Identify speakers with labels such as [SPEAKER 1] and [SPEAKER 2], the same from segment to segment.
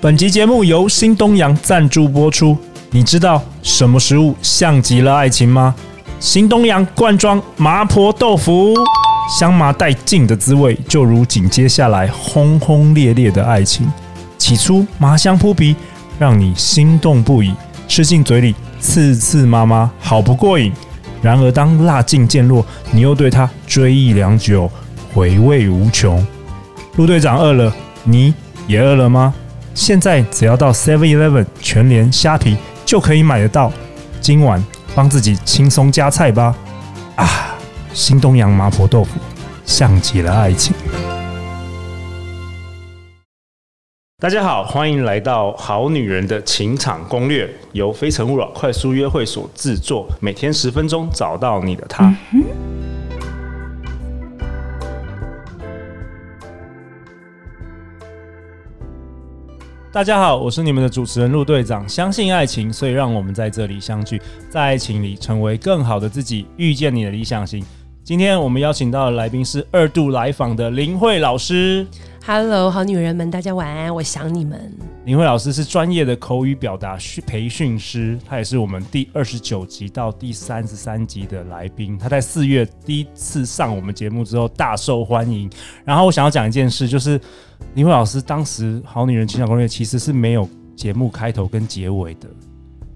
[SPEAKER 1] 本集节目由新东阳赞助播出。你知道什么食物像极了爱情吗？新东阳罐装麻婆豆腐，香麻带劲的滋味，就如紧接下来轰轰烈烈的爱情。起初麻香扑鼻，让你心动不已，吃进嘴里刺刺麻麻，好不过瘾。然而当辣劲渐落，你又对它追忆良久，回味无穷。陆队长饿了，你也饿了吗？现在只要到 Seven Eleven 全联虾皮就可以买得到。今晚帮自己轻松加菜吧！啊，新东阳麻婆豆腐，像极了爱情。大家好，欢迎来到《好女人的情场攻略》，由非诚勿扰快速约会所制作，每天十分钟，找到你的他。大家好，我是你们的主持人陆队长。相信爱情，所以让我们在这里相聚，在爱情里成为更好的自己，遇见你的理想型。今天我们邀请到的来宾是二度来访的林慧老师。
[SPEAKER 2] Hello，好女人们，大家晚安，我想你们。
[SPEAKER 1] 林慧老师是专业的口语表达训培训师，他也是我们第二十九集到第三十三集的来宾。他在四月第一次上我们节目之后大受欢迎。然后我想要讲一件事，就是林慧老师当时《好女人情感攻略》其实是没有节目开头跟结尾的。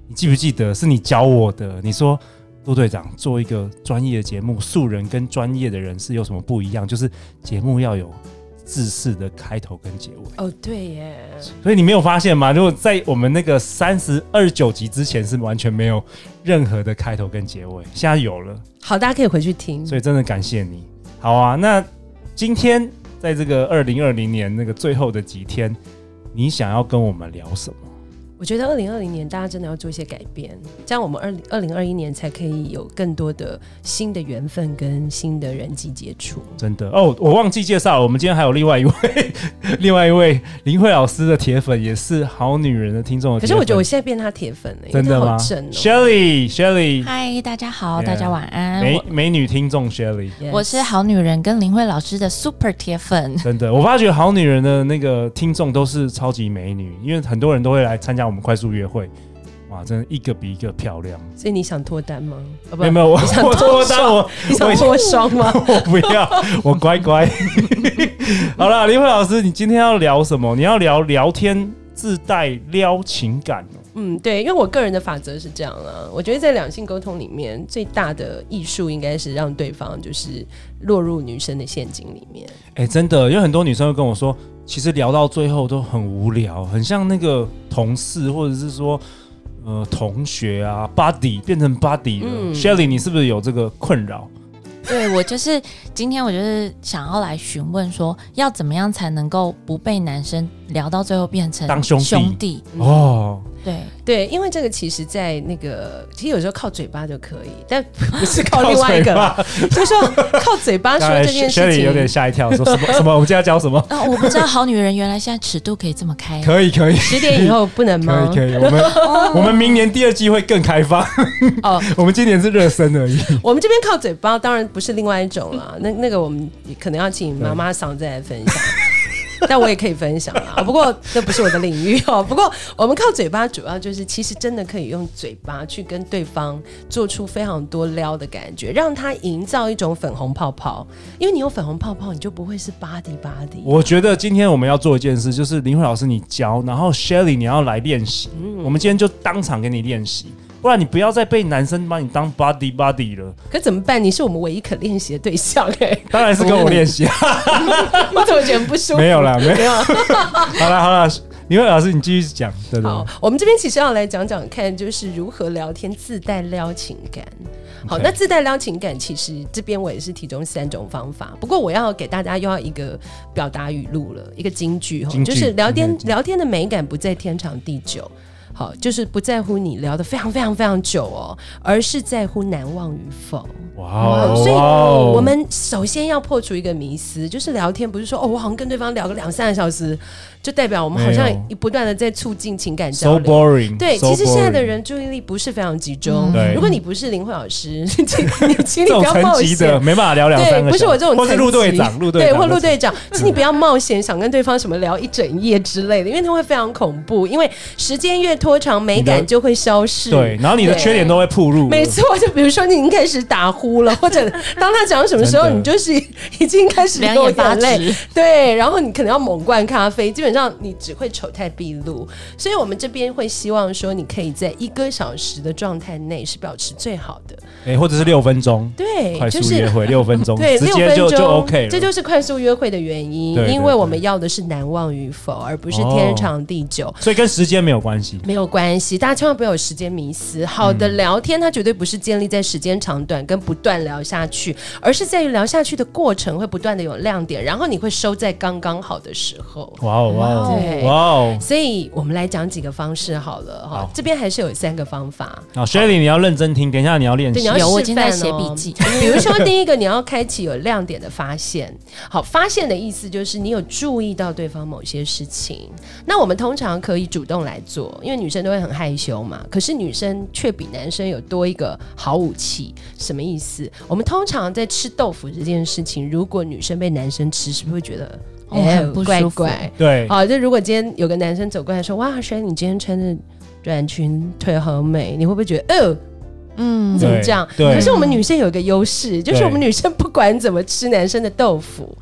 [SPEAKER 1] 你记不记得？是你教我的。你说陆队长做一个专业的节目，素人跟专业的人是有什么不一样？就是节目要有自式的开头跟结尾。
[SPEAKER 2] 哦、对耶，
[SPEAKER 1] 所以你没有发现吗？如果在我们那个三十二九集之前是完全没有任何的开头跟结尾，现在有了，
[SPEAKER 2] 好，大家可以回去听。
[SPEAKER 1] 所以真的感谢你。好啊，那今天在这个二零二零年那个最后的几天，你想要跟我们聊什么？
[SPEAKER 2] 我觉得二零二零年大家真的要做一些改变，这样我们二二零二一年才可以有更多的新的缘分跟新的人际接触。
[SPEAKER 1] 真的哦，我忘记介绍了，我们今天还有另外一位， 另外一位林慧老师的铁粉，也是好女人的听众的
[SPEAKER 2] 可
[SPEAKER 1] 铁
[SPEAKER 2] 是
[SPEAKER 1] 粉。
[SPEAKER 2] 我觉得我现在变他铁粉了、因为
[SPEAKER 1] 真的
[SPEAKER 2] 他
[SPEAKER 1] 吗啊
[SPEAKER 2] 好正哦、
[SPEAKER 1] ？Shelly，Shelly，
[SPEAKER 3] 嗨，大家好
[SPEAKER 1] Yeah
[SPEAKER 3] 大家晚安。
[SPEAKER 1] 美
[SPEAKER 3] 我
[SPEAKER 1] 美女听众 Shelly。
[SPEAKER 2] Yes
[SPEAKER 3] 我是好女人跟林慧老师的 super 铁粉，
[SPEAKER 1] 真的，我发觉好女人的那个听众都是超级美女，因为很多人都会来参加我们快速约会。哇，真的一个比一个漂亮。
[SPEAKER 2] 所以你想脱单吗？哦
[SPEAKER 1] 没有没有，我我脱单我
[SPEAKER 2] 你想脱双吗？
[SPEAKER 1] 我不要，我乖乖。 好了，林慧老师，你今天要聊什么？你要聊聊天自带撩情感哦。
[SPEAKER 2] 嗯，对，因为我个人的法则是这样啦，我觉得在两性沟通里面，最大的艺术应该是让对方就是落入女生的陷阱里面。
[SPEAKER 1] 哎、真的，因为很多女生会跟我说，其实聊到最后都很无聊，很像那个同事或者是说呃同学啊，buddy 变成 buddy 了。
[SPEAKER 2] 嗯
[SPEAKER 1] Shelly，你是不是有这个困扰？
[SPEAKER 3] 对我就是今天我就是想要来询问说，要怎么样才能够不被男生聊到最后变成
[SPEAKER 1] 当兄弟
[SPEAKER 3] 弟
[SPEAKER 2] 嗯
[SPEAKER 1] 哦，
[SPEAKER 3] 对，
[SPEAKER 2] 对，因为这个其实，在那个其实有时候靠嘴巴就可以，但不是 靠哦另外一个啦，就是说靠嘴巴说
[SPEAKER 1] 刚才
[SPEAKER 2] 这件事
[SPEAKER 1] Sherry 有点
[SPEAKER 2] 情。
[SPEAKER 1] 吓一跳，说什么什么？我们 今天要教什么？
[SPEAKER 3] 那、呃 我不知道好女人原来现在尺度可以这么开，
[SPEAKER 1] 可以，可以，
[SPEAKER 2] 十点以后不能
[SPEAKER 1] 可
[SPEAKER 2] 吗
[SPEAKER 1] 以，？可以。我们我们明年第二季会更开放，
[SPEAKER 2] 哦，
[SPEAKER 1] 我们今年是热身而已。
[SPEAKER 2] 我们这边靠嘴巴当然不是另外一种 啦，那那个我们可能要请妈妈嗓再来分享。 但我也可以分享啦，不过这不是我的领域哦。不过我们靠嘴巴主要就是，其实真的可以用嘴巴去跟对方做出非常多撩的感觉，让他营造一种粉红泡泡。因为你有粉红泡泡，你就不会是巴迪巴迪。
[SPEAKER 1] 我觉得今天我们要做一件事，就是林慧老师你教，然后 Shelly 你要来练习。
[SPEAKER 2] 嗯
[SPEAKER 1] 我们今天就当场给你练习，不然你不要再被男生把你当 buddy buddy 了。
[SPEAKER 2] 可怎么办？你是我们唯一可练习的对象哎、
[SPEAKER 1] 当然是跟我练习啊，
[SPEAKER 2] 我怎么觉得不舒服？
[SPEAKER 1] 没有啦，没有。 好了好了，林慧老师你继续讲，对对
[SPEAKER 2] 好，我们这边其实要来讲讲看，就是如何聊天自带撩情感。好，
[SPEAKER 1] OK
[SPEAKER 2] 那自带撩情感，其实这边我也是提供三种方法。不过我要给大家又要一个表达语录了，一个金句哈，
[SPEAKER 1] 金句
[SPEAKER 2] 就是聊天
[SPEAKER 1] 嗯
[SPEAKER 2] 聊天的美感不在天长地久。好，就是不在乎你聊得非常非常非常久哦，而是在乎难忘与否。
[SPEAKER 1] 哇
[SPEAKER 2] 好
[SPEAKER 1] 哦，
[SPEAKER 2] 所以
[SPEAKER 1] 哇哦
[SPEAKER 2] 我们首先要破除一个迷思，就是聊天不是说哦，我好像跟对方聊个两三个小时，就代表我们好像
[SPEAKER 1] 没有
[SPEAKER 2] 一不断的在促进情感
[SPEAKER 1] so
[SPEAKER 2] 交流。
[SPEAKER 1] boring，
[SPEAKER 2] 对
[SPEAKER 1] so
[SPEAKER 2] 其实现在的
[SPEAKER 1] boring
[SPEAKER 2] 人注意力不是非常集
[SPEAKER 1] 嗯
[SPEAKER 2] 中。
[SPEAKER 1] 对
[SPEAKER 2] 如果你不是林慧老师，请你
[SPEAKER 1] 这
[SPEAKER 2] 请你
[SPEAKER 1] 种
[SPEAKER 2] 不要冒
[SPEAKER 1] 层级的
[SPEAKER 2] 险。
[SPEAKER 1] 没办法聊两
[SPEAKER 2] 对
[SPEAKER 1] 三，个小时，
[SPEAKER 2] 不是我这种
[SPEAKER 1] 或是
[SPEAKER 2] 层
[SPEAKER 1] 陆队
[SPEAKER 2] 级
[SPEAKER 1] 长，陆队
[SPEAKER 2] 对，
[SPEAKER 1] 长
[SPEAKER 2] 或
[SPEAKER 1] 都
[SPEAKER 2] 陆
[SPEAKER 1] 是
[SPEAKER 2] 队长，请你不要冒险，想跟对方什么聊一整夜之类的，因为他会非常恐怖，因为时间越拖长，美
[SPEAKER 1] 你
[SPEAKER 2] 感
[SPEAKER 1] 的
[SPEAKER 2] 就会消失。
[SPEAKER 1] 对，然后你的
[SPEAKER 2] 对
[SPEAKER 1] 缺点都会暴露，
[SPEAKER 2] 没错，就比如说你已经开始打呼了，或者当他讲什么时候，
[SPEAKER 1] 真的
[SPEAKER 2] 你就是已 经开始
[SPEAKER 3] 两
[SPEAKER 2] 流
[SPEAKER 3] 眼发
[SPEAKER 2] 眼泪，
[SPEAKER 3] 直。
[SPEAKER 2] 对，然后你可能要猛灌咖啡，基本上你只会丑态毕露。所以我们这边会希望说，你可以在一个小时的状态内是保持最好的。
[SPEAKER 1] 哎，或者是六分钟，
[SPEAKER 2] 对，
[SPEAKER 1] 快
[SPEAKER 2] 就
[SPEAKER 1] 速约
[SPEAKER 2] 是。
[SPEAKER 1] 会六分钟，
[SPEAKER 2] 对，
[SPEAKER 1] 直
[SPEAKER 2] 六
[SPEAKER 1] 接
[SPEAKER 2] 分
[SPEAKER 1] 就
[SPEAKER 2] 钟
[SPEAKER 1] 就 OK 了，
[SPEAKER 2] 这就是快速约会的原因，
[SPEAKER 1] 对对
[SPEAKER 2] 因为我
[SPEAKER 1] 对
[SPEAKER 2] 们要的是难忘与否，而不是
[SPEAKER 1] 哦
[SPEAKER 2] 天长地久。
[SPEAKER 1] 所以跟时间没有关系。
[SPEAKER 2] 没有关系，大家千万不要有时间迷思。好
[SPEAKER 1] 嗯
[SPEAKER 2] 的聊天，它绝对不是建立在时间长短跟不断聊下去，而是在于聊下去的过程会不断的有亮点，然后你会收在刚刚好的时候。
[SPEAKER 1] 哇哦哇哦
[SPEAKER 2] 对
[SPEAKER 1] 哇哦！
[SPEAKER 2] 所以我们来讲几个方式好了哈
[SPEAKER 1] 好，
[SPEAKER 2] 这边还是有三个方法。
[SPEAKER 1] 啊 s h e l l y 你要认真听，等一下你要练
[SPEAKER 2] 对，你
[SPEAKER 1] 习
[SPEAKER 2] 要。
[SPEAKER 3] 有，我
[SPEAKER 2] 示
[SPEAKER 3] 今天在
[SPEAKER 2] 范
[SPEAKER 3] 写
[SPEAKER 2] 哦
[SPEAKER 3] 笔记。
[SPEAKER 2] 比如说，第一个你要开启有亮点的发现。好，发现的意思就是你有注意到对方某些事情。那我们通常可以主动来做，因为女生都会很害羞嘛。可是女生却比男生有多一个好武器，什么意思？我们通常在吃豆腐这件事情，如果女生被男生吃，是不是会觉得哎
[SPEAKER 3] 哦很不舒
[SPEAKER 2] 怪
[SPEAKER 3] 服
[SPEAKER 2] 怪？
[SPEAKER 1] 对，
[SPEAKER 2] 好，就如果今天有个男生走过来说：“哇，轩，你今天穿的短裙，腿好美。”你会不会觉得，哦、
[SPEAKER 3] 嗯
[SPEAKER 2] 你怎么
[SPEAKER 1] 对
[SPEAKER 2] 这样？
[SPEAKER 1] 对
[SPEAKER 2] 可是我们女生有一个优势，就是我们女生不管怎么吃男生的豆腐，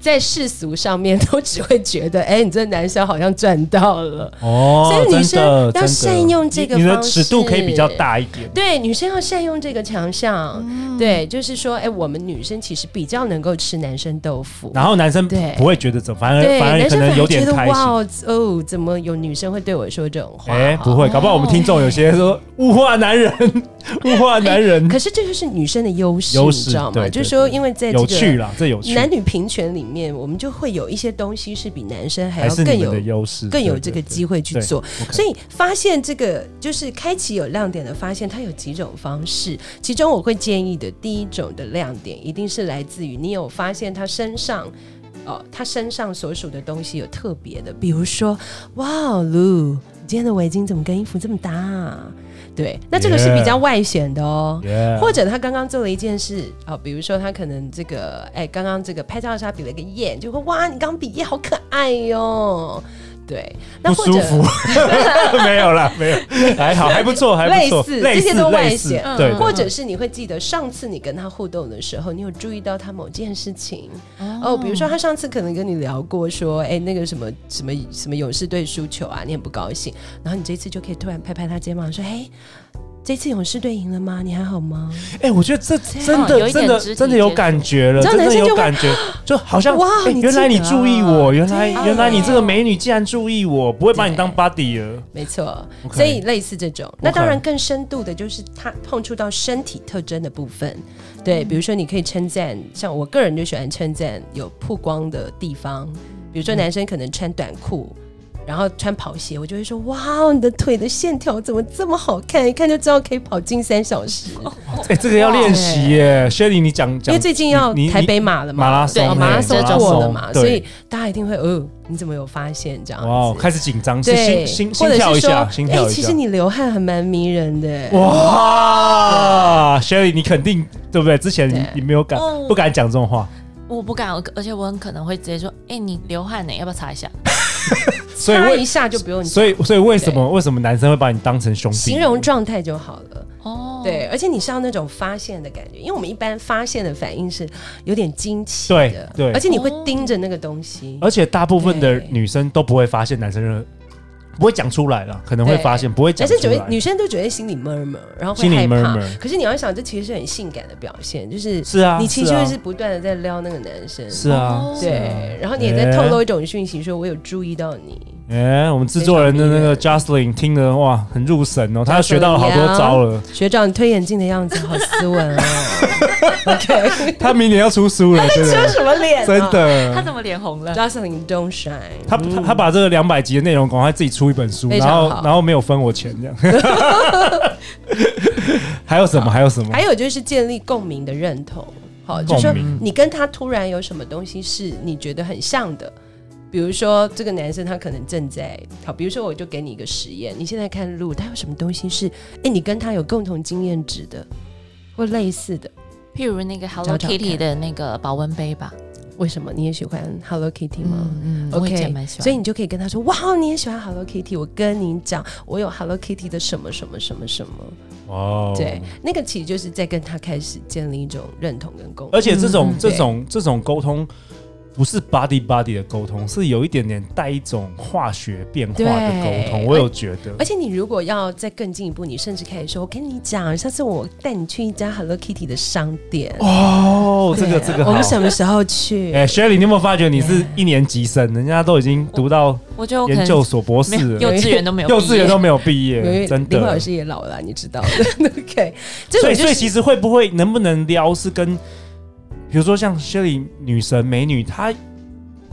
[SPEAKER 2] 在世俗上面都只会觉得，哎、你这男生好像赚到了。
[SPEAKER 1] 哦，
[SPEAKER 2] 所以
[SPEAKER 1] 真的
[SPEAKER 2] 女生要
[SPEAKER 1] 真的
[SPEAKER 2] 善用这个
[SPEAKER 1] 你你的
[SPEAKER 2] 方
[SPEAKER 1] 尺度可以比较大一点。
[SPEAKER 2] 对，女生要善用这个强项。对，就是说，哎、我们女生其实比较能够吃男生豆腐。
[SPEAKER 1] 然后男生
[SPEAKER 2] 对
[SPEAKER 1] 不会觉得怎，反而
[SPEAKER 2] 对，
[SPEAKER 1] 反而
[SPEAKER 2] 男
[SPEAKER 1] 可
[SPEAKER 2] 生
[SPEAKER 1] 能有点
[SPEAKER 2] 觉得
[SPEAKER 1] 开
[SPEAKER 2] 哇
[SPEAKER 1] 心。
[SPEAKER 2] 哦哦，怎么有女生会对我说这种话？
[SPEAKER 1] 哎，
[SPEAKER 2] 哈
[SPEAKER 1] 不会，搞不好我们听众有些说物化男人， 物化男人
[SPEAKER 2] 可是这就是女生的优势，
[SPEAKER 1] 优
[SPEAKER 2] 你
[SPEAKER 1] 势
[SPEAKER 2] 知道吗？
[SPEAKER 1] 对
[SPEAKER 2] 就
[SPEAKER 1] 对
[SPEAKER 2] 是说，因为在
[SPEAKER 1] 有
[SPEAKER 2] 这
[SPEAKER 1] 趣
[SPEAKER 2] 个
[SPEAKER 1] 啦，这有趣，
[SPEAKER 2] 男女平权里面，我们就会有一些东西是比男生还
[SPEAKER 1] 还
[SPEAKER 2] 要
[SPEAKER 1] 是你
[SPEAKER 2] 更
[SPEAKER 1] 们
[SPEAKER 2] 有
[SPEAKER 1] 的优势，
[SPEAKER 2] 更有这个机
[SPEAKER 1] 会
[SPEAKER 2] 会去做。所
[SPEAKER 1] 以
[SPEAKER 2] 以发现这个就是开启有亮点的发现，它有几种方式。其中我会建议的第一种的亮点，一定是来自于你有发现他身上。哦，他身上所属的东西有特别的，比如说，哇哦，露，你今天的围巾怎么跟衣服这么搭、啊？对，那这个是比较外显的哦。或者他刚刚做了一件事啊、比如说他可能这个，哎，刚刚这个拍照的时候他比了一个耶，你就会哇，你刚刚比耶好可爱哟、对，那
[SPEAKER 1] 不
[SPEAKER 2] 或
[SPEAKER 1] 舒
[SPEAKER 2] 者
[SPEAKER 1] 服， 没有啦，没有，还好，还不 错，还不
[SPEAKER 2] 类
[SPEAKER 1] 错，
[SPEAKER 2] 似
[SPEAKER 1] 类
[SPEAKER 2] 这些都外
[SPEAKER 1] 类似
[SPEAKER 2] 显，嗯
[SPEAKER 1] 对，
[SPEAKER 2] 或者是你会记得上次你跟他互动的时候，你有注意到他某件事情哦，比如说他上次可能跟你聊过说，哎，那个什么什么什么勇士队输球啊，你很不高兴，然后你这次就可以突然拍拍他肩膀说，哎，这次勇士队赢了吗？你还好吗？
[SPEAKER 1] 哎、我觉得这真
[SPEAKER 2] 哦
[SPEAKER 3] 有
[SPEAKER 1] 的
[SPEAKER 3] 一
[SPEAKER 1] 真
[SPEAKER 3] 点
[SPEAKER 1] 的
[SPEAKER 3] 肢体
[SPEAKER 1] 真的有
[SPEAKER 3] 接触
[SPEAKER 1] 感觉了，
[SPEAKER 2] 你知道
[SPEAKER 1] 真的
[SPEAKER 2] 男生
[SPEAKER 1] 有
[SPEAKER 2] 就会
[SPEAKER 1] 感觉， 就好像
[SPEAKER 2] 哇
[SPEAKER 1] 哎
[SPEAKER 2] 你
[SPEAKER 1] 原来
[SPEAKER 2] 记
[SPEAKER 1] 你
[SPEAKER 2] 得
[SPEAKER 1] 注意
[SPEAKER 2] 啊
[SPEAKER 1] 我，原来
[SPEAKER 2] 对
[SPEAKER 1] 原来你这个美女竟然注意我，不会把你当 buddy 了，
[SPEAKER 2] 没错
[SPEAKER 1] OK
[SPEAKER 2] 所以类似这种。那当然更深度的就是它碰触到身体特征的部分，
[SPEAKER 1] 嗯
[SPEAKER 2] 对，比如说你可以称赞，像我个人就喜欢称赞有曝光的地方，
[SPEAKER 1] 嗯
[SPEAKER 2] 比如说男生可能穿短裤。然后穿跑鞋，我就会说：“哇，你的腿的线条怎么这么好看？一看就知道可以跑进三小时。
[SPEAKER 1] 哎、这个要练习耶 s h e l l y 你讲
[SPEAKER 2] 因
[SPEAKER 1] 讲
[SPEAKER 2] 为，最近要
[SPEAKER 1] 你你
[SPEAKER 2] 台北马了嘛，
[SPEAKER 1] 马拉松
[SPEAKER 2] 对
[SPEAKER 1] 哎
[SPEAKER 2] 马拉松
[SPEAKER 1] 马拉松
[SPEAKER 2] 过了嘛，
[SPEAKER 1] 对
[SPEAKER 2] 所以大家一定会哦，你怎么有发现这样
[SPEAKER 1] 哇哦，
[SPEAKER 2] 子？
[SPEAKER 1] 开始紧张，是
[SPEAKER 2] 对，
[SPEAKER 1] 心心心
[SPEAKER 2] 或者
[SPEAKER 1] 跳一
[SPEAKER 2] 是说
[SPEAKER 1] 下，心，跳一
[SPEAKER 2] 其
[SPEAKER 1] 下
[SPEAKER 2] 实，你流汗还蛮迷人的、
[SPEAKER 1] 哇 s h e l l y 你肯定对不对？之前你
[SPEAKER 2] 对
[SPEAKER 1] 你没有敢
[SPEAKER 3] 哦
[SPEAKER 1] 不敢讲这种话，
[SPEAKER 3] 我不敢，我而且我很可能会直接说：“哎、你流汗呢、要不要擦一下
[SPEAKER 1] 所以
[SPEAKER 2] 擦
[SPEAKER 1] 为
[SPEAKER 2] 一下就不用
[SPEAKER 1] 所以所以为什么为什么男生会把你当成兄弟？
[SPEAKER 2] 形容状态就好了。？”
[SPEAKER 3] 哦，
[SPEAKER 2] 对，而且你是要那种发现的感觉，因为我们一般发现的反应是有点惊奇
[SPEAKER 1] 对
[SPEAKER 2] 的，
[SPEAKER 1] 对哦
[SPEAKER 2] 而且你会盯着那个东西。
[SPEAKER 1] 而且大部分的
[SPEAKER 2] 对
[SPEAKER 1] 女生都不会发现男生任何，不会讲出来了，可能会发现，不会讲
[SPEAKER 2] 男
[SPEAKER 1] 出
[SPEAKER 2] 生只会
[SPEAKER 1] 来。
[SPEAKER 2] 女生都只会心里 murmur，然后会
[SPEAKER 1] 心里
[SPEAKER 2] 害怕。
[SPEAKER 1] murmur
[SPEAKER 2] 可是你要想，这其实是很性感的表现，就是
[SPEAKER 1] 是啊，
[SPEAKER 2] 你其实
[SPEAKER 1] 啊
[SPEAKER 2] 就是哦不断的在撩那个男生，
[SPEAKER 1] 是啊，
[SPEAKER 2] 对，然后你也在透露一种讯息，说我有注意到你。
[SPEAKER 1] 哎、诶我们制作人的那个 Justin 听得哇很入神哦，他学到了好多招了，
[SPEAKER 2] 学长，你推眼镜的样子好斯文 哦。OK，
[SPEAKER 1] 他明年要出书了，真
[SPEAKER 2] 遮
[SPEAKER 1] 的
[SPEAKER 2] 什么脸、啊？
[SPEAKER 1] 真
[SPEAKER 3] 他
[SPEAKER 1] 的。
[SPEAKER 3] 怎么脸红了？
[SPEAKER 2] ，Jocelyn don't shine。
[SPEAKER 1] 他他他把这个两百集的内容赶快自己出一本书，
[SPEAKER 2] 非
[SPEAKER 1] 然
[SPEAKER 2] 常
[SPEAKER 1] 后
[SPEAKER 2] 好
[SPEAKER 1] 然后没有分我钱这样， 还有什么？还有什么？
[SPEAKER 2] 还有就是建立共鸣的认同，好，就
[SPEAKER 1] 共
[SPEAKER 2] 是说
[SPEAKER 1] 鸣
[SPEAKER 2] 你跟他突然有什么东西是你觉得很像的，比如说这个男生他可能正在好，比如说我就给你一个实验，你现在看路，他有什么东西是哎、你跟他有共同经验值的或类似的？
[SPEAKER 3] 譬如那个
[SPEAKER 2] 找
[SPEAKER 3] Hello
[SPEAKER 2] 看
[SPEAKER 3] Kitty 的那个保温杯吧，
[SPEAKER 2] 为什么你也喜欢 Hello Kitty 吗？
[SPEAKER 3] 嗯嗯，我
[SPEAKER 2] OK，
[SPEAKER 3] 以前蛮喜欢，
[SPEAKER 2] 所以你就可以跟他说：“哇，你也喜欢 Hello Kitty？我跟你讲，我有 Hello Kitty 的什么什么什么什么。
[SPEAKER 1] 哦
[SPEAKER 2] 对，那个其实就是在跟他开始建立一种认同跟共鸣。
[SPEAKER 1] 而且这种、
[SPEAKER 3] 嗯
[SPEAKER 1] 这种这种沟通，不是 body body 的沟通，是有一点点带一种化学变化的沟通。
[SPEAKER 2] 对
[SPEAKER 1] 我有觉得，
[SPEAKER 2] 而且你如果要再更进一步，你甚至可以说：“我跟你讲，下次我带你去一家 Hello Kitty 的商店。
[SPEAKER 1] 哦，这
[SPEAKER 2] 对啊
[SPEAKER 1] 个这个
[SPEAKER 2] 我
[SPEAKER 1] 好
[SPEAKER 2] 们。什么时候去？
[SPEAKER 1] 哎、雪 s h i r l e y 你有没有发觉你是一年级生？人家都已经读到
[SPEAKER 3] 我觉得我可
[SPEAKER 1] 研
[SPEAKER 3] 能
[SPEAKER 1] 究所博士
[SPEAKER 3] 没有
[SPEAKER 1] 了，
[SPEAKER 3] 幼稚园都没有，
[SPEAKER 1] 幼稚园都没有毕
[SPEAKER 2] 因为
[SPEAKER 1] 业，真
[SPEAKER 2] 林慧老
[SPEAKER 1] 的。
[SPEAKER 2] 师也老了，你知道的。OK，这
[SPEAKER 1] 所
[SPEAKER 2] 种
[SPEAKER 1] 以，
[SPEAKER 2] 就
[SPEAKER 1] 所以
[SPEAKER 2] 是
[SPEAKER 1] 其实会不会能不能撩是跟，比如说像 Shelly 女神美女，她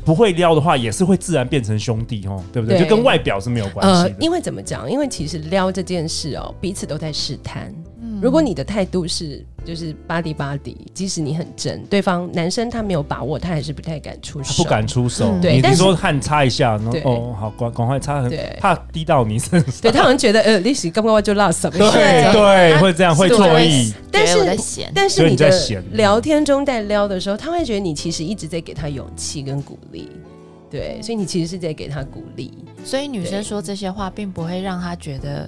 [SPEAKER 1] 不会撩的话，也是会自然变成兄弟哦，对不对？
[SPEAKER 2] 对
[SPEAKER 1] 就跟外表是没有关
[SPEAKER 2] 呃
[SPEAKER 1] 系，的。
[SPEAKER 2] 因为怎么讲？因为其实撩这件事哦，彼此都在试探。
[SPEAKER 3] 嗯。
[SPEAKER 2] 如果你的态度是就是巴迪巴迪，即使你很正，对方男生他没有把握，他还是不太敢出
[SPEAKER 1] 他
[SPEAKER 2] 手。
[SPEAKER 1] 不敢出手，
[SPEAKER 3] 嗯
[SPEAKER 1] 你
[SPEAKER 2] 对
[SPEAKER 1] 你
[SPEAKER 2] 但是
[SPEAKER 1] 说汗擦一下，然后
[SPEAKER 2] 对
[SPEAKER 1] 哦，好，赶赶快擦，很
[SPEAKER 2] 对
[SPEAKER 1] 怕滴到你身上。
[SPEAKER 2] 对他好像觉得呃，历史刚刚就落什么
[SPEAKER 1] 对
[SPEAKER 2] 事
[SPEAKER 1] 对
[SPEAKER 3] 对
[SPEAKER 1] 对，
[SPEAKER 3] 他
[SPEAKER 1] 会这样会
[SPEAKER 3] 是我
[SPEAKER 1] 错
[SPEAKER 3] 在
[SPEAKER 1] 意，
[SPEAKER 2] 但
[SPEAKER 3] 觉得我在
[SPEAKER 2] 是
[SPEAKER 3] 闲，
[SPEAKER 2] 但是
[SPEAKER 1] 所
[SPEAKER 2] 你
[SPEAKER 1] 以
[SPEAKER 2] 的
[SPEAKER 1] 你在闲
[SPEAKER 2] 聊天中在撩的时候，他会觉得你其实一直在给他勇气跟鼓励，对，所以你其实是在给他鼓励。
[SPEAKER 1] 嗯
[SPEAKER 3] 所以女
[SPEAKER 2] 对
[SPEAKER 3] 生说这些话，并不会让她觉得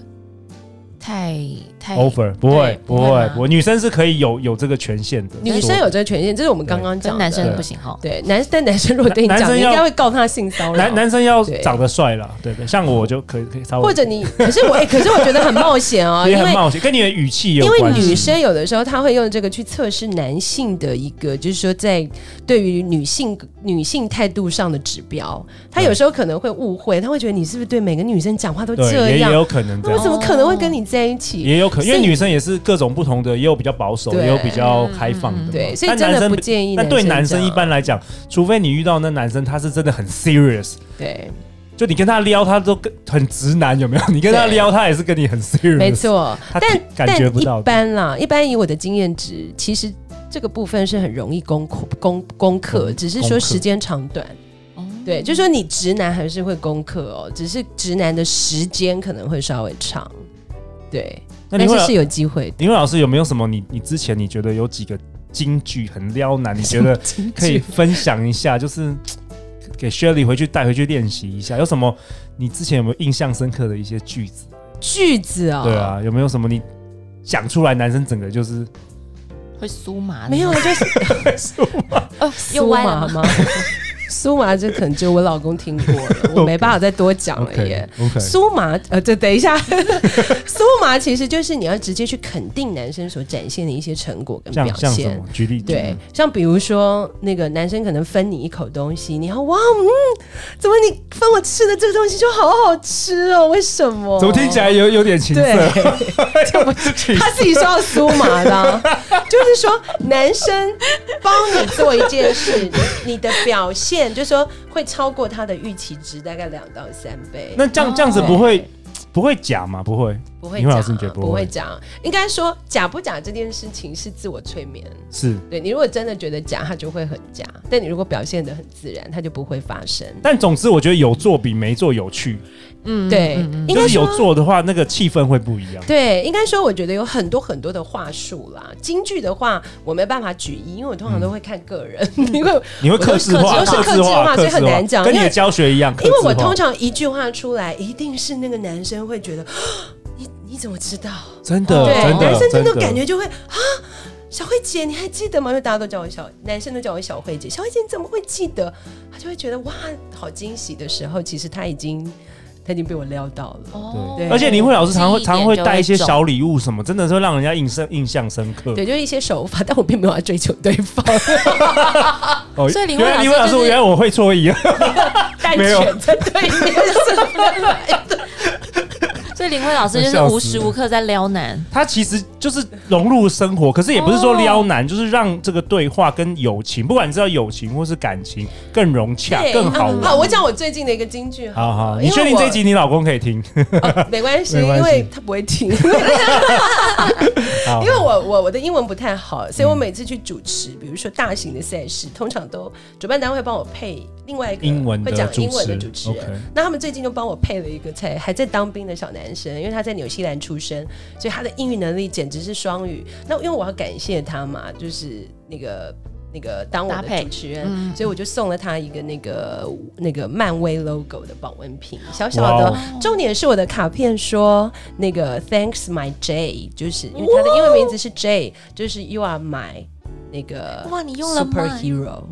[SPEAKER 3] 太太
[SPEAKER 1] over 不会
[SPEAKER 3] 对
[SPEAKER 1] 不
[SPEAKER 3] 不会
[SPEAKER 1] 会
[SPEAKER 3] 吗
[SPEAKER 1] 不会，女生是可以有有这个权限的，
[SPEAKER 2] 女生有这个权限，这是我们刚刚讲
[SPEAKER 3] 跟
[SPEAKER 2] 的。
[SPEAKER 3] 男生
[SPEAKER 1] 对
[SPEAKER 3] 不行哈。
[SPEAKER 2] 对男，但男生如果对你
[SPEAKER 1] 男
[SPEAKER 2] 讲，
[SPEAKER 1] 生
[SPEAKER 2] 你应
[SPEAKER 1] 要
[SPEAKER 2] 该会告他性骚扰。
[SPEAKER 1] 男男生要
[SPEAKER 2] 对
[SPEAKER 1] 长得帅啦，对对，像我就可以可以稍微，
[SPEAKER 2] 或者你， 可是我，哎可是我觉得很冒险哦，
[SPEAKER 1] 哦 也
[SPEAKER 2] 因
[SPEAKER 1] 很
[SPEAKER 2] 为
[SPEAKER 1] 冒险，跟你的语气也
[SPEAKER 2] 因
[SPEAKER 1] 有
[SPEAKER 2] 为
[SPEAKER 1] 关系。
[SPEAKER 2] 女生有的时候她会用这个去测试男性的一个，就是说在对于女性女性态度上的指标，她有时候可能会误会，她会觉得你是不是对每个女生讲话都
[SPEAKER 1] 对，
[SPEAKER 2] 这
[SPEAKER 1] 也也
[SPEAKER 2] 样？
[SPEAKER 1] 有可能这
[SPEAKER 2] 那我
[SPEAKER 1] 样，哦
[SPEAKER 2] 怎么可能会跟你在一起？
[SPEAKER 1] 也有可能，因为
[SPEAKER 2] 所以
[SPEAKER 1] 女生也是各种不同的，也有比较保守，
[SPEAKER 2] 对
[SPEAKER 1] 也有比较开放的嘛。
[SPEAKER 2] 对，所以
[SPEAKER 1] 哦但
[SPEAKER 2] 真
[SPEAKER 1] 男
[SPEAKER 2] 的
[SPEAKER 1] 生
[SPEAKER 2] 不建议。
[SPEAKER 1] 但对男生
[SPEAKER 2] 这
[SPEAKER 1] 一
[SPEAKER 2] 样
[SPEAKER 1] 般来讲，除非你遇到那男生他是真的很 serious，
[SPEAKER 2] 对，
[SPEAKER 1] 就你跟他撩，他都跟很直男，有没 有？你跟他
[SPEAKER 2] 对
[SPEAKER 1] 撩，他也是跟你很 serious，
[SPEAKER 2] 没，错。
[SPEAKER 1] 他
[SPEAKER 2] 但
[SPEAKER 1] 感觉不到
[SPEAKER 2] 一
[SPEAKER 1] 的。
[SPEAKER 2] 般啦，一般以我的经验值，其实这个部分是很容易攻克攻攻克，
[SPEAKER 1] 攻
[SPEAKER 2] 只是
[SPEAKER 1] 攻克
[SPEAKER 2] 说时间长短。
[SPEAKER 3] 哦
[SPEAKER 2] 对，就说你直男还是会攻克哦，只是直男的时间可能会稍微长，对，
[SPEAKER 1] 那
[SPEAKER 2] 但
[SPEAKER 1] 你会
[SPEAKER 2] 是是有机会的。
[SPEAKER 1] 林慧老师有没有什么你你之前你觉得有几个金句很撩男，你 觉得可以分享一下？就是给 Shirley 回去带回去练习一下，有什么你之前有没有印象深刻的一些句子？
[SPEAKER 2] 句子啊、
[SPEAKER 1] 对，啊，有没有什么你讲出来，男生整个就是
[SPEAKER 3] 会酥麻的吗，
[SPEAKER 2] 没有啊， 就是
[SPEAKER 3] 哦，又
[SPEAKER 2] 苏
[SPEAKER 3] 歪
[SPEAKER 2] 麻
[SPEAKER 3] 了吗？
[SPEAKER 2] 吗？ 苏麻这可能只有我老公听过了，我没办法再多讲了耶。
[SPEAKER 1] OK
[SPEAKER 2] 苏麻，呃，这等一下， 苏麻其实就是你要直接去肯定男生所展现的一些成果跟
[SPEAKER 1] 像
[SPEAKER 2] 表
[SPEAKER 1] 像什
[SPEAKER 2] 现
[SPEAKER 1] 么。举例嗯
[SPEAKER 2] 对，像比如说那个男生可能分你一口东西，你要哇，嗯，怎么你分我吃的这个东西就好好吃哦？为什么？
[SPEAKER 1] 怎么听起来有有点情
[SPEAKER 2] 对
[SPEAKER 1] 色？，
[SPEAKER 2] 这不
[SPEAKER 1] 情
[SPEAKER 2] 他自己说要酥麻的啊、就是说男生帮你做一件事，你你的表现就是说会超过他的预期值大概两到三 倍。
[SPEAKER 1] 那这样这样子
[SPEAKER 3] 哦
[SPEAKER 1] 不会不会假吗？不会，
[SPEAKER 2] 不会
[SPEAKER 1] 林慧
[SPEAKER 2] 讲
[SPEAKER 1] 老
[SPEAKER 2] 啊，
[SPEAKER 1] 师你觉得不会
[SPEAKER 2] 不会讲，应该说假不假这件事情是自我催眠。
[SPEAKER 1] 是。
[SPEAKER 2] 对你如果真的觉得假，它就会很假；但你如果表现的很自然，它就不会发生。
[SPEAKER 1] 但总之，我觉得有做比没做有趣，
[SPEAKER 3] 嗯
[SPEAKER 2] 对，
[SPEAKER 3] 嗯嗯
[SPEAKER 2] 应
[SPEAKER 1] 就
[SPEAKER 2] 该
[SPEAKER 1] 是有
[SPEAKER 2] 说。
[SPEAKER 1] 做的话，那个气氛会不一样。
[SPEAKER 2] 对，应该说，我觉得有很多很多的话术啦。京剧的话，我没办法举一，因为我通常
[SPEAKER 1] 嗯
[SPEAKER 2] 都会看个人， 因为
[SPEAKER 1] 你会克制
[SPEAKER 2] 我
[SPEAKER 1] 化，
[SPEAKER 2] 都是克
[SPEAKER 1] 制化，克
[SPEAKER 2] 我都是克制化所以
[SPEAKER 1] 制
[SPEAKER 2] 很
[SPEAKER 1] 化
[SPEAKER 2] 难，讲
[SPEAKER 1] 跟你
[SPEAKER 2] 因
[SPEAKER 1] 的
[SPEAKER 2] 为
[SPEAKER 1] 教学一样。克
[SPEAKER 2] 因为
[SPEAKER 1] 制化
[SPEAKER 2] 我通常一句话出来，一定是那个男生会觉得， 你你怎么知道？
[SPEAKER 1] 真的，
[SPEAKER 2] 对，
[SPEAKER 1] 真
[SPEAKER 2] 男
[SPEAKER 1] 的，
[SPEAKER 2] 生真的
[SPEAKER 1] 真
[SPEAKER 2] 感
[SPEAKER 1] 的，
[SPEAKER 2] 觉就会啊，小慧姐，你还记得吗？因为大家都叫我小，男生都叫我小慧姐。小慧姐你怎么会记得？他就会觉得哇，好惊喜的时候，其实他已经他已经被我撩到了。
[SPEAKER 3] 哦
[SPEAKER 2] 对
[SPEAKER 1] 而且林慧老师常会
[SPEAKER 3] 记忆点
[SPEAKER 1] 常会带一些
[SPEAKER 3] 就会
[SPEAKER 1] 小礼物什么，真的是会让人家印深印象深刻。
[SPEAKER 2] 对，就是一些手法，但我并没有要追求对方，
[SPEAKER 1] 哦
[SPEAKER 3] 所以林慧
[SPEAKER 1] 原来
[SPEAKER 3] 老
[SPEAKER 1] 林
[SPEAKER 3] 师
[SPEAKER 1] 慧老师，
[SPEAKER 3] 就是
[SPEAKER 1] 原来我会错意啊。
[SPEAKER 2] 但
[SPEAKER 1] 没有
[SPEAKER 2] 选在对面是分来的。
[SPEAKER 3] 所以林慧老师就是无时无刻在撩男，
[SPEAKER 1] 他其实就是融入生活，可是也不是说撩男，就是让这个对话跟友情，不管你知道友情或是感情更融洽、
[SPEAKER 2] 对
[SPEAKER 1] 更好
[SPEAKER 2] 嗯
[SPEAKER 1] 玩。
[SPEAKER 2] 我讲我最近的一个金句好
[SPEAKER 1] 好
[SPEAKER 2] 了，
[SPEAKER 1] 好，
[SPEAKER 2] 因
[SPEAKER 1] 你
[SPEAKER 2] 为
[SPEAKER 1] 确定这
[SPEAKER 2] 我
[SPEAKER 1] 一集你老公可以听？
[SPEAKER 2] 哦没关系，
[SPEAKER 1] 没关
[SPEAKER 2] 因
[SPEAKER 1] 系
[SPEAKER 2] 为他不会听，
[SPEAKER 1] 好
[SPEAKER 2] 因为我我我的英文不太好，所以我每次去主持，比如说大型的赛事，通常都主办单位帮我配另外一个
[SPEAKER 1] 英文的
[SPEAKER 2] 会讲英文的
[SPEAKER 1] 主
[SPEAKER 2] 主
[SPEAKER 1] 持
[SPEAKER 2] 持人。
[SPEAKER 1] OK
[SPEAKER 2] 那他们最近就帮我配了一个才还在当兵的小男生，因为他在纽西兰出生，所以他的英语能力简直是双语。那因为我要感谢他嘛，就是那个。那个当我
[SPEAKER 3] 搭
[SPEAKER 2] 的
[SPEAKER 3] 配嗯
[SPEAKER 2] 主持人，所以我就送了他一个那个那个漫威 logo 的保温瓶，小小
[SPEAKER 1] 哇
[SPEAKER 2] 的，
[SPEAKER 1] 哦
[SPEAKER 2] 重点是我的卡片说那个 Thanks my J，就是因为他
[SPEAKER 3] 哦
[SPEAKER 2] 的英文名字是 J，就是 You are my 那个
[SPEAKER 3] 哇你用了 my
[SPEAKER 2] superhero，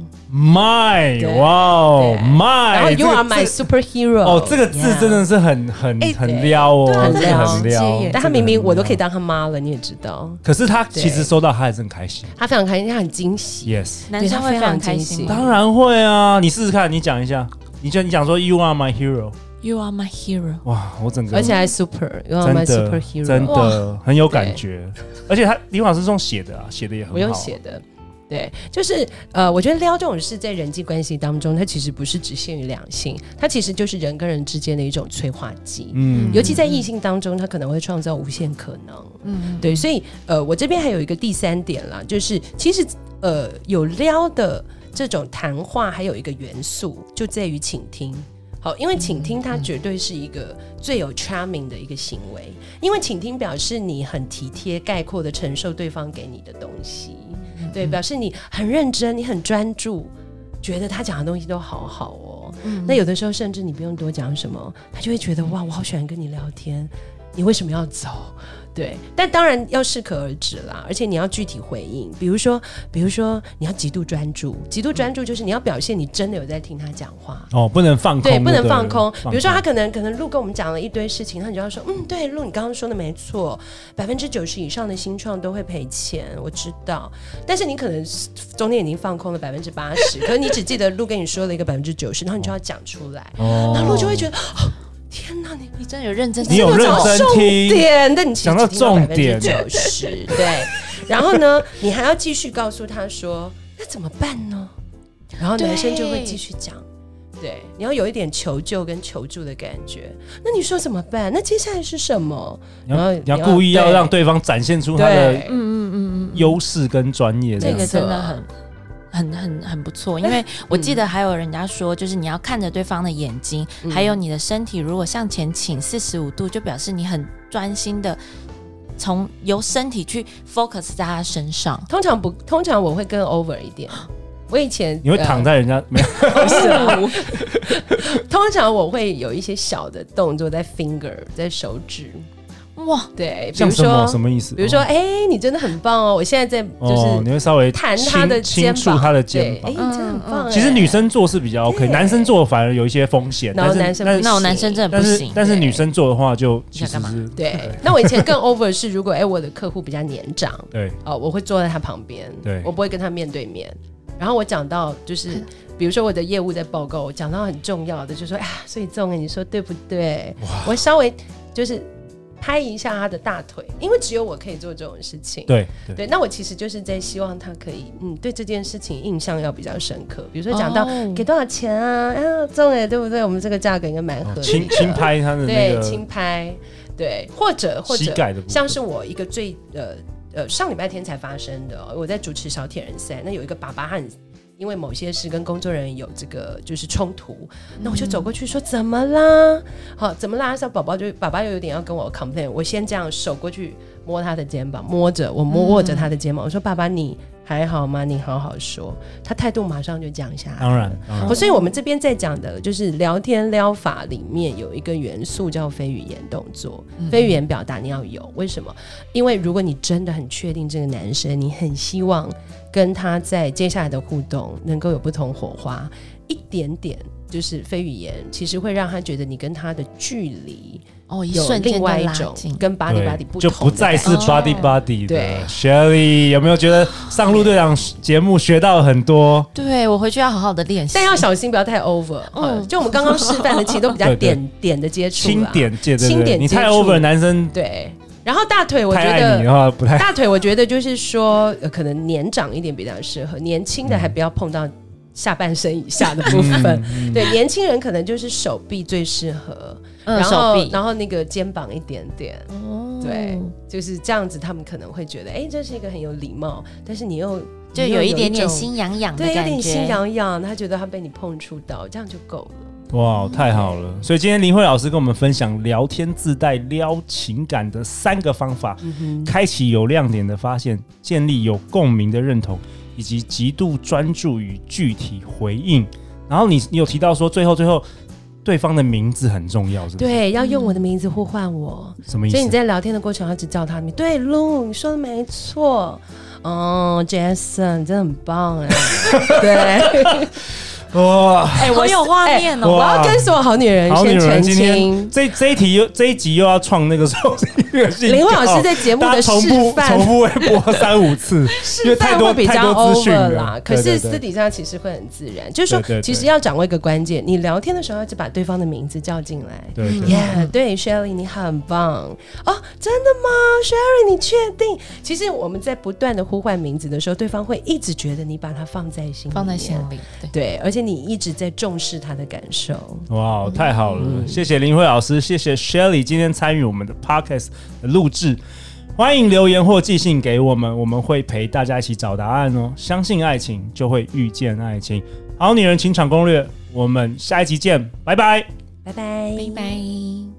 [SPEAKER 1] My，
[SPEAKER 2] 对
[SPEAKER 1] 哇哦
[SPEAKER 2] 对
[SPEAKER 1] ，My，
[SPEAKER 2] 然后
[SPEAKER 1] 这
[SPEAKER 2] You
[SPEAKER 1] 个
[SPEAKER 2] are my
[SPEAKER 1] 字
[SPEAKER 2] superhero。
[SPEAKER 1] 哦，这个字真的是很很
[SPEAKER 2] 哎
[SPEAKER 1] 很
[SPEAKER 2] 对
[SPEAKER 1] 撩哦，
[SPEAKER 2] 对
[SPEAKER 1] 真的
[SPEAKER 2] 很
[SPEAKER 1] 很
[SPEAKER 3] 撩
[SPEAKER 1] 撩。
[SPEAKER 2] 但他明明我都可以
[SPEAKER 1] 当，
[SPEAKER 2] 当他妈了，你也知道，
[SPEAKER 1] 可是他其实收到他还是很开心。
[SPEAKER 2] 他非常开心，他很惊喜。
[SPEAKER 1] Yes，
[SPEAKER 3] 男生会非常开
[SPEAKER 2] 对
[SPEAKER 3] 心
[SPEAKER 2] 他
[SPEAKER 3] 吗
[SPEAKER 1] 当然会啊，你试试看，你讲一下，你就你讲说 You are my hero，
[SPEAKER 3] ，You are my hero，
[SPEAKER 1] 哇，我整个
[SPEAKER 2] 而且还 super，You are
[SPEAKER 1] 真
[SPEAKER 2] 呃 my
[SPEAKER 1] 的
[SPEAKER 2] superhero。
[SPEAKER 1] 真的很有感
[SPEAKER 2] 对
[SPEAKER 1] 觉，而且他李老师这种写的啊，写的也很好，
[SPEAKER 2] 我用写的。对，就是呃，我觉得撩这种事在人际关系当中，它其实不是只限于两性，它其实就是人跟人之间的一种催化剂。
[SPEAKER 1] 嗯
[SPEAKER 2] 尤其在异性当中，它可能会创造无限可能。
[SPEAKER 3] 嗯，
[SPEAKER 2] 对，所以呃，我这边还有一个第三点啦，就是其实呃，有撩的这种谈话，还有一个元素就在于倾听。好，因为倾听它绝对是一个最有 charming 的一个行为，因为倾听表示你很体贴、概括的承受对方给你的东西，对，表示你很认真，你很专注，觉得他讲的东西都好好哦。那有的时候甚至你不用多讲什么，他就会觉得哇，我好喜欢跟你聊天，你为什么要走？对，但当然要适可而止啦，而且你要具体回应，比如说，比如说你要极度专注，极度专注就是你要表现你真的有在听他讲话。
[SPEAKER 1] 哦，不能放空，
[SPEAKER 2] 对，不能
[SPEAKER 1] 对
[SPEAKER 2] 放空。比如说，他
[SPEAKER 1] 放
[SPEAKER 2] 可能可能陆跟我们讲了一堆事情，那你就要说，嗯，对，陆，你刚刚说的没错，百分之九十以上的新创都会赔钱，我知道。但是你可能中间已经放空了百分之八十，可是你只记得陆跟你说了一个百分之九十，然后你就要讲出来，
[SPEAKER 1] 哦
[SPEAKER 2] 然后陆就会觉得，哦天哪，你
[SPEAKER 3] 你真的有认真，
[SPEAKER 1] 你有
[SPEAKER 2] 我
[SPEAKER 1] 认
[SPEAKER 2] 讲
[SPEAKER 1] 真
[SPEAKER 2] 重
[SPEAKER 1] 听
[SPEAKER 2] 点，但你
[SPEAKER 1] 讲到重点
[SPEAKER 2] 九十对，然后呢， 你还要继续告诉他说，那怎么办呢？然后男生就会
[SPEAKER 3] 对
[SPEAKER 2] 继续讲，对，你要有一点求救跟求助的感觉。那你说怎么办？那接下来是什么？
[SPEAKER 1] 你要
[SPEAKER 2] 然后
[SPEAKER 1] 你要故意要
[SPEAKER 2] 对
[SPEAKER 1] 让对方展现出他的
[SPEAKER 2] 对，
[SPEAKER 3] 嗯嗯嗯嗯，
[SPEAKER 1] 优势跟专业，这
[SPEAKER 3] 这
[SPEAKER 1] 样
[SPEAKER 3] 个真
[SPEAKER 2] 没
[SPEAKER 3] 的
[SPEAKER 2] 错
[SPEAKER 3] 很。很很很不错，因为我记得还有人家说，就是你要看着对方的眼睛，
[SPEAKER 2] 嗯
[SPEAKER 3] 还有你的身体，如果向前倾四十五度，就表示你很专心的从由身体去 focus 在他身上。
[SPEAKER 2] 通常不，通常我会更 over 一点。我以前
[SPEAKER 1] 你会躺在人家没有
[SPEAKER 2] 呃不是啊 通常我会有一些小的动作在 finger 在手指，
[SPEAKER 3] 哇，
[SPEAKER 2] 对，比
[SPEAKER 1] 像
[SPEAKER 2] 如
[SPEAKER 1] 什么
[SPEAKER 2] 说
[SPEAKER 1] 什么意思？
[SPEAKER 2] 比如说，哎、你真的很棒哦！我现在在就
[SPEAKER 1] 哦，你
[SPEAKER 2] 是
[SPEAKER 1] 会稍微
[SPEAKER 2] 弹他的
[SPEAKER 1] 轻
[SPEAKER 2] 肩
[SPEAKER 1] 轻触
[SPEAKER 2] 膀，
[SPEAKER 1] 他的肩
[SPEAKER 2] 对
[SPEAKER 1] 膀嗯
[SPEAKER 2] 哎、。你真的很棒、哎
[SPEAKER 1] 其实女生做是比较 OK，
[SPEAKER 2] 对
[SPEAKER 1] 男生做反而有一些风险，
[SPEAKER 2] 然后
[SPEAKER 1] 但是
[SPEAKER 2] 男生
[SPEAKER 1] 但是
[SPEAKER 2] 不
[SPEAKER 3] 那我男生真的
[SPEAKER 1] 但
[SPEAKER 3] 不
[SPEAKER 1] 是
[SPEAKER 3] 行。
[SPEAKER 1] 但是
[SPEAKER 2] 对
[SPEAKER 1] 女生做的话就其实
[SPEAKER 3] 想干
[SPEAKER 1] 是
[SPEAKER 2] 对。那我以前更 over 是，如果哎、我的客户比较年长，
[SPEAKER 1] 对
[SPEAKER 2] 哦，我会坐在他旁边，
[SPEAKER 1] 对
[SPEAKER 2] 我不会跟他面对面。然后我讲到就是，比如说我的业务在报告，我讲到很重要的，就说哎呀，所以宗你说对不对？我稍微就是拍一下他的大腿，因为只有我可以做这种事情。
[SPEAKER 1] 对对
[SPEAKER 2] 对，那我其实就是在希望他可以，嗯，对这件事情印象要比较深刻。比如说讲到、
[SPEAKER 3] 哦
[SPEAKER 2] 给多少钱啊，啊，中哎，对不对？我们这个价格应该蛮合理
[SPEAKER 1] 哦
[SPEAKER 2] 的，
[SPEAKER 1] 轻轻拍他的那
[SPEAKER 2] 对，轻
[SPEAKER 1] 个
[SPEAKER 2] 拍，对，或者或
[SPEAKER 1] 膝
[SPEAKER 2] 者
[SPEAKER 1] 盖的部分
[SPEAKER 2] 像是我一个最呃呃上礼拜天才发生的哦，我在主持小铁人赛，那有一个爸爸和。因为某些事跟工作人员有这个就是冲突，那我就走过去说怎么啦？好，怎么啦？像宝宝就爸爸又有点要跟我 complain，我先这样手过去摸他的肩膀，摸着我摸握着他的肩膀，我说爸爸你还好吗？你好好说。他态度马上就降下来，
[SPEAKER 1] 当然当然
[SPEAKER 2] 哦，所以我们这边在讲的就是聊天撩法里面有一个元素叫非语言动作，
[SPEAKER 3] 嗯
[SPEAKER 2] 非语言表达你要有。为什么？因为如果你真的很确定这个男生，你很希望跟他在接下来的互动能够有不同火花，一点点就是非语言，其实会让他觉得你跟他的距离
[SPEAKER 3] 哦，一
[SPEAKER 2] 有
[SPEAKER 3] 瞬间
[SPEAKER 2] 另
[SPEAKER 3] 就
[SPEAKER 2] 外一
[SPEAKER 3] 拉
[SPEAKER 2] 种
[SPEAKER 3] 近
[SPEAKER 2] 跟啊 body
[SPEAKER 1] 对
[SPEAKER 2] body 不同的感
[SPEAKER 1] 就
[SPEAKER 2] 觉，
[SPEAKER 1] 不再是
[SPEAKER 3] 感觉
[SPEAKER 1] body body
[SPEAKER 2] 对
[SPEAKER 1] 的。Shelly 有没有觉得上路队长节目学到很多？
[SPEAKER 2] 啊
[SPEAKER 3] 对我回去要好好的练习，
[SPEAKER 2] 但要小心不要太 over、
[SPEAKER 3] 嗯
[SPEAKER 2] 嗯。就我们刚刚示范的，其实都比较
[SPEAKER 1] 对对
[SPEAKER 2] 点点的接触啦
[SPEAKER 1] 轻点界，对不
[SPEAKER 2] 轻
[SPEAKER 1] 对？
[SPEAKER 2] 点
[SPEAKER 1] 你太
[SPEAKER 2] 接触
[SPEAKER 1] over 的男生
[SPEAKER 2] 对。然后大腿，我觉
[SPEAKER 1] 太爱你的
[SPEAKER 2] 得
[SPEAKER 1] 话不太。
[SPEAKER 2] 大腿，我觉得就是说，呃可能年长一点比较适合，年轻的还不要碰到下半身以下的部分。
[SPEAKER 1] 嗯
[SPEAKER 2] 对，年轻人可能就是手臂最适合，
[SPEAKER 3] 嗯
[SPEAKER 2] 然
[SPEAKER 3] 手
[SPEAKER 2] 后
[SPEAKER 3] 臂，
[SPEAKER 2] 然后那个肩膀一点点，
[SPEAKER 3] 哦
[SPEAKER 2] 对，就是这样子，他们可能会觉得，哎，这是一个很有礼貌，但是你又
[SPEAKER 3] 就
[SPEAKER 2] 你又有
[SPEAKER 3] 有一点点
[SPEAKER 2] 种
[SPEAKER 3] 心痒痒的
[SPEAKER 2] 对，有
[SPEAKER 3] 感
[SPEAKER 2] 点
[SPEAKER 3] 觉，
[SPEAKER 2] 心痒痒，他觉得他被你碰触到，这样就够了。
[SPEAKER 1] 哇，太好了！所以今天林慧老师跟我们分享聊天自带撩情感的三个方法，
[SPEAKER 2] 嗯
[SPEAKER 1] 开启有亮点的发现，建立有共鸣的认同，以及极度专注于具体回应。然后你你有提到说，最后最后对方的名字很重要，是不是？，
[SPEAKER 2] 对，要用我的名字呼唤我，
[SPEAKER 1] 什么意
[SPEAKER 2] 所以你
[SPEAKER 1] 思？
[SPEAKER 2] 在聊天的过程要一直叫他的名。对，Lu，你说的没错。哦，Jason，你真的很棒哎！ 对，
[SPEAKER 1] 啊哇，
[SPEAKER 3] 哎，我有画
[SPEAKER 2] 哎
[SPEAKER 3] 面
[SPEAKER 2] 我
[SPEAKER 3] 哦，
[SPEAKER 2] 要跟所有好女人
[SPEAKER 1] 好女
[SPEAKER 2] 先
[SPEAKER 1] 人
[SPEAKER 2] 澄
[SPEAKER 1] 今天
[SPEAKER 2] 清。
[SPEAKER 1] 这这一题又这一集又要创那个受性
[SPEAKER 2] 林慧老师在节目
[SPEAKER 1] 哦大家
[SPEAKER 2] 的
[SPEAKER 1] 重
[SPEAKER 2] 示
[SPEAKER 1] 复
[SPEAKER 2] 范
[SPEAKER 1] 重，复会播三五 次，因为
[SPEAKER 2] 示
[SPEAKER 1] 太
[SPEAKER 2] 范
[SPEAKER 1] 多
[SPEAKER 2] 会比
[SPEAKER 1] 太
[SPEAKER 2] 较
[SPEAKER 1] 多资讯
[SPEAKER 2] over
[SPEAKER 1] 了
[SPEAKER 2] 啦。。可是
[SPEAKER 1] 对对
[SPEAKER 2] 私
[SPEAKER 1] 对
[SPEAKER 2] 底下其实会很自然，就是
[SPEAKER 1] 对对对
[SPEAKER 2] 说，其实要掌握一个关键，你聊天的时候要就把对方的名字叫进来。
[SPEAKER 1] 对对对
[SPEAKER 2] Yeah，对，Shelly，你很棒哦！真的吗，Shelly？你确定？其实我们在不断的呼唤名字的时候，对方会一直觉得你把他放在心，
[SPEAKER 3] 放在心。里，对，
[SPEAKER 2] 对，而且你一直在重视他的感受。
[SPEAKER 1] 哇，太好了！
[SPEAKER 2] 嗯
[SPEAKER 1] 谢谢林慧老师，谢谢 Shelly 今天参与我们的 Podcast 的录制。欢迎留言或寄信给我们，我们会陪大家一起找答案哦。相信爱情，就会遇见爱情。好女人情场攻略，我们下一集见，拜拜。
[SPEAKER 2] 拜拜，
[SPEAKER 3] 拜拜。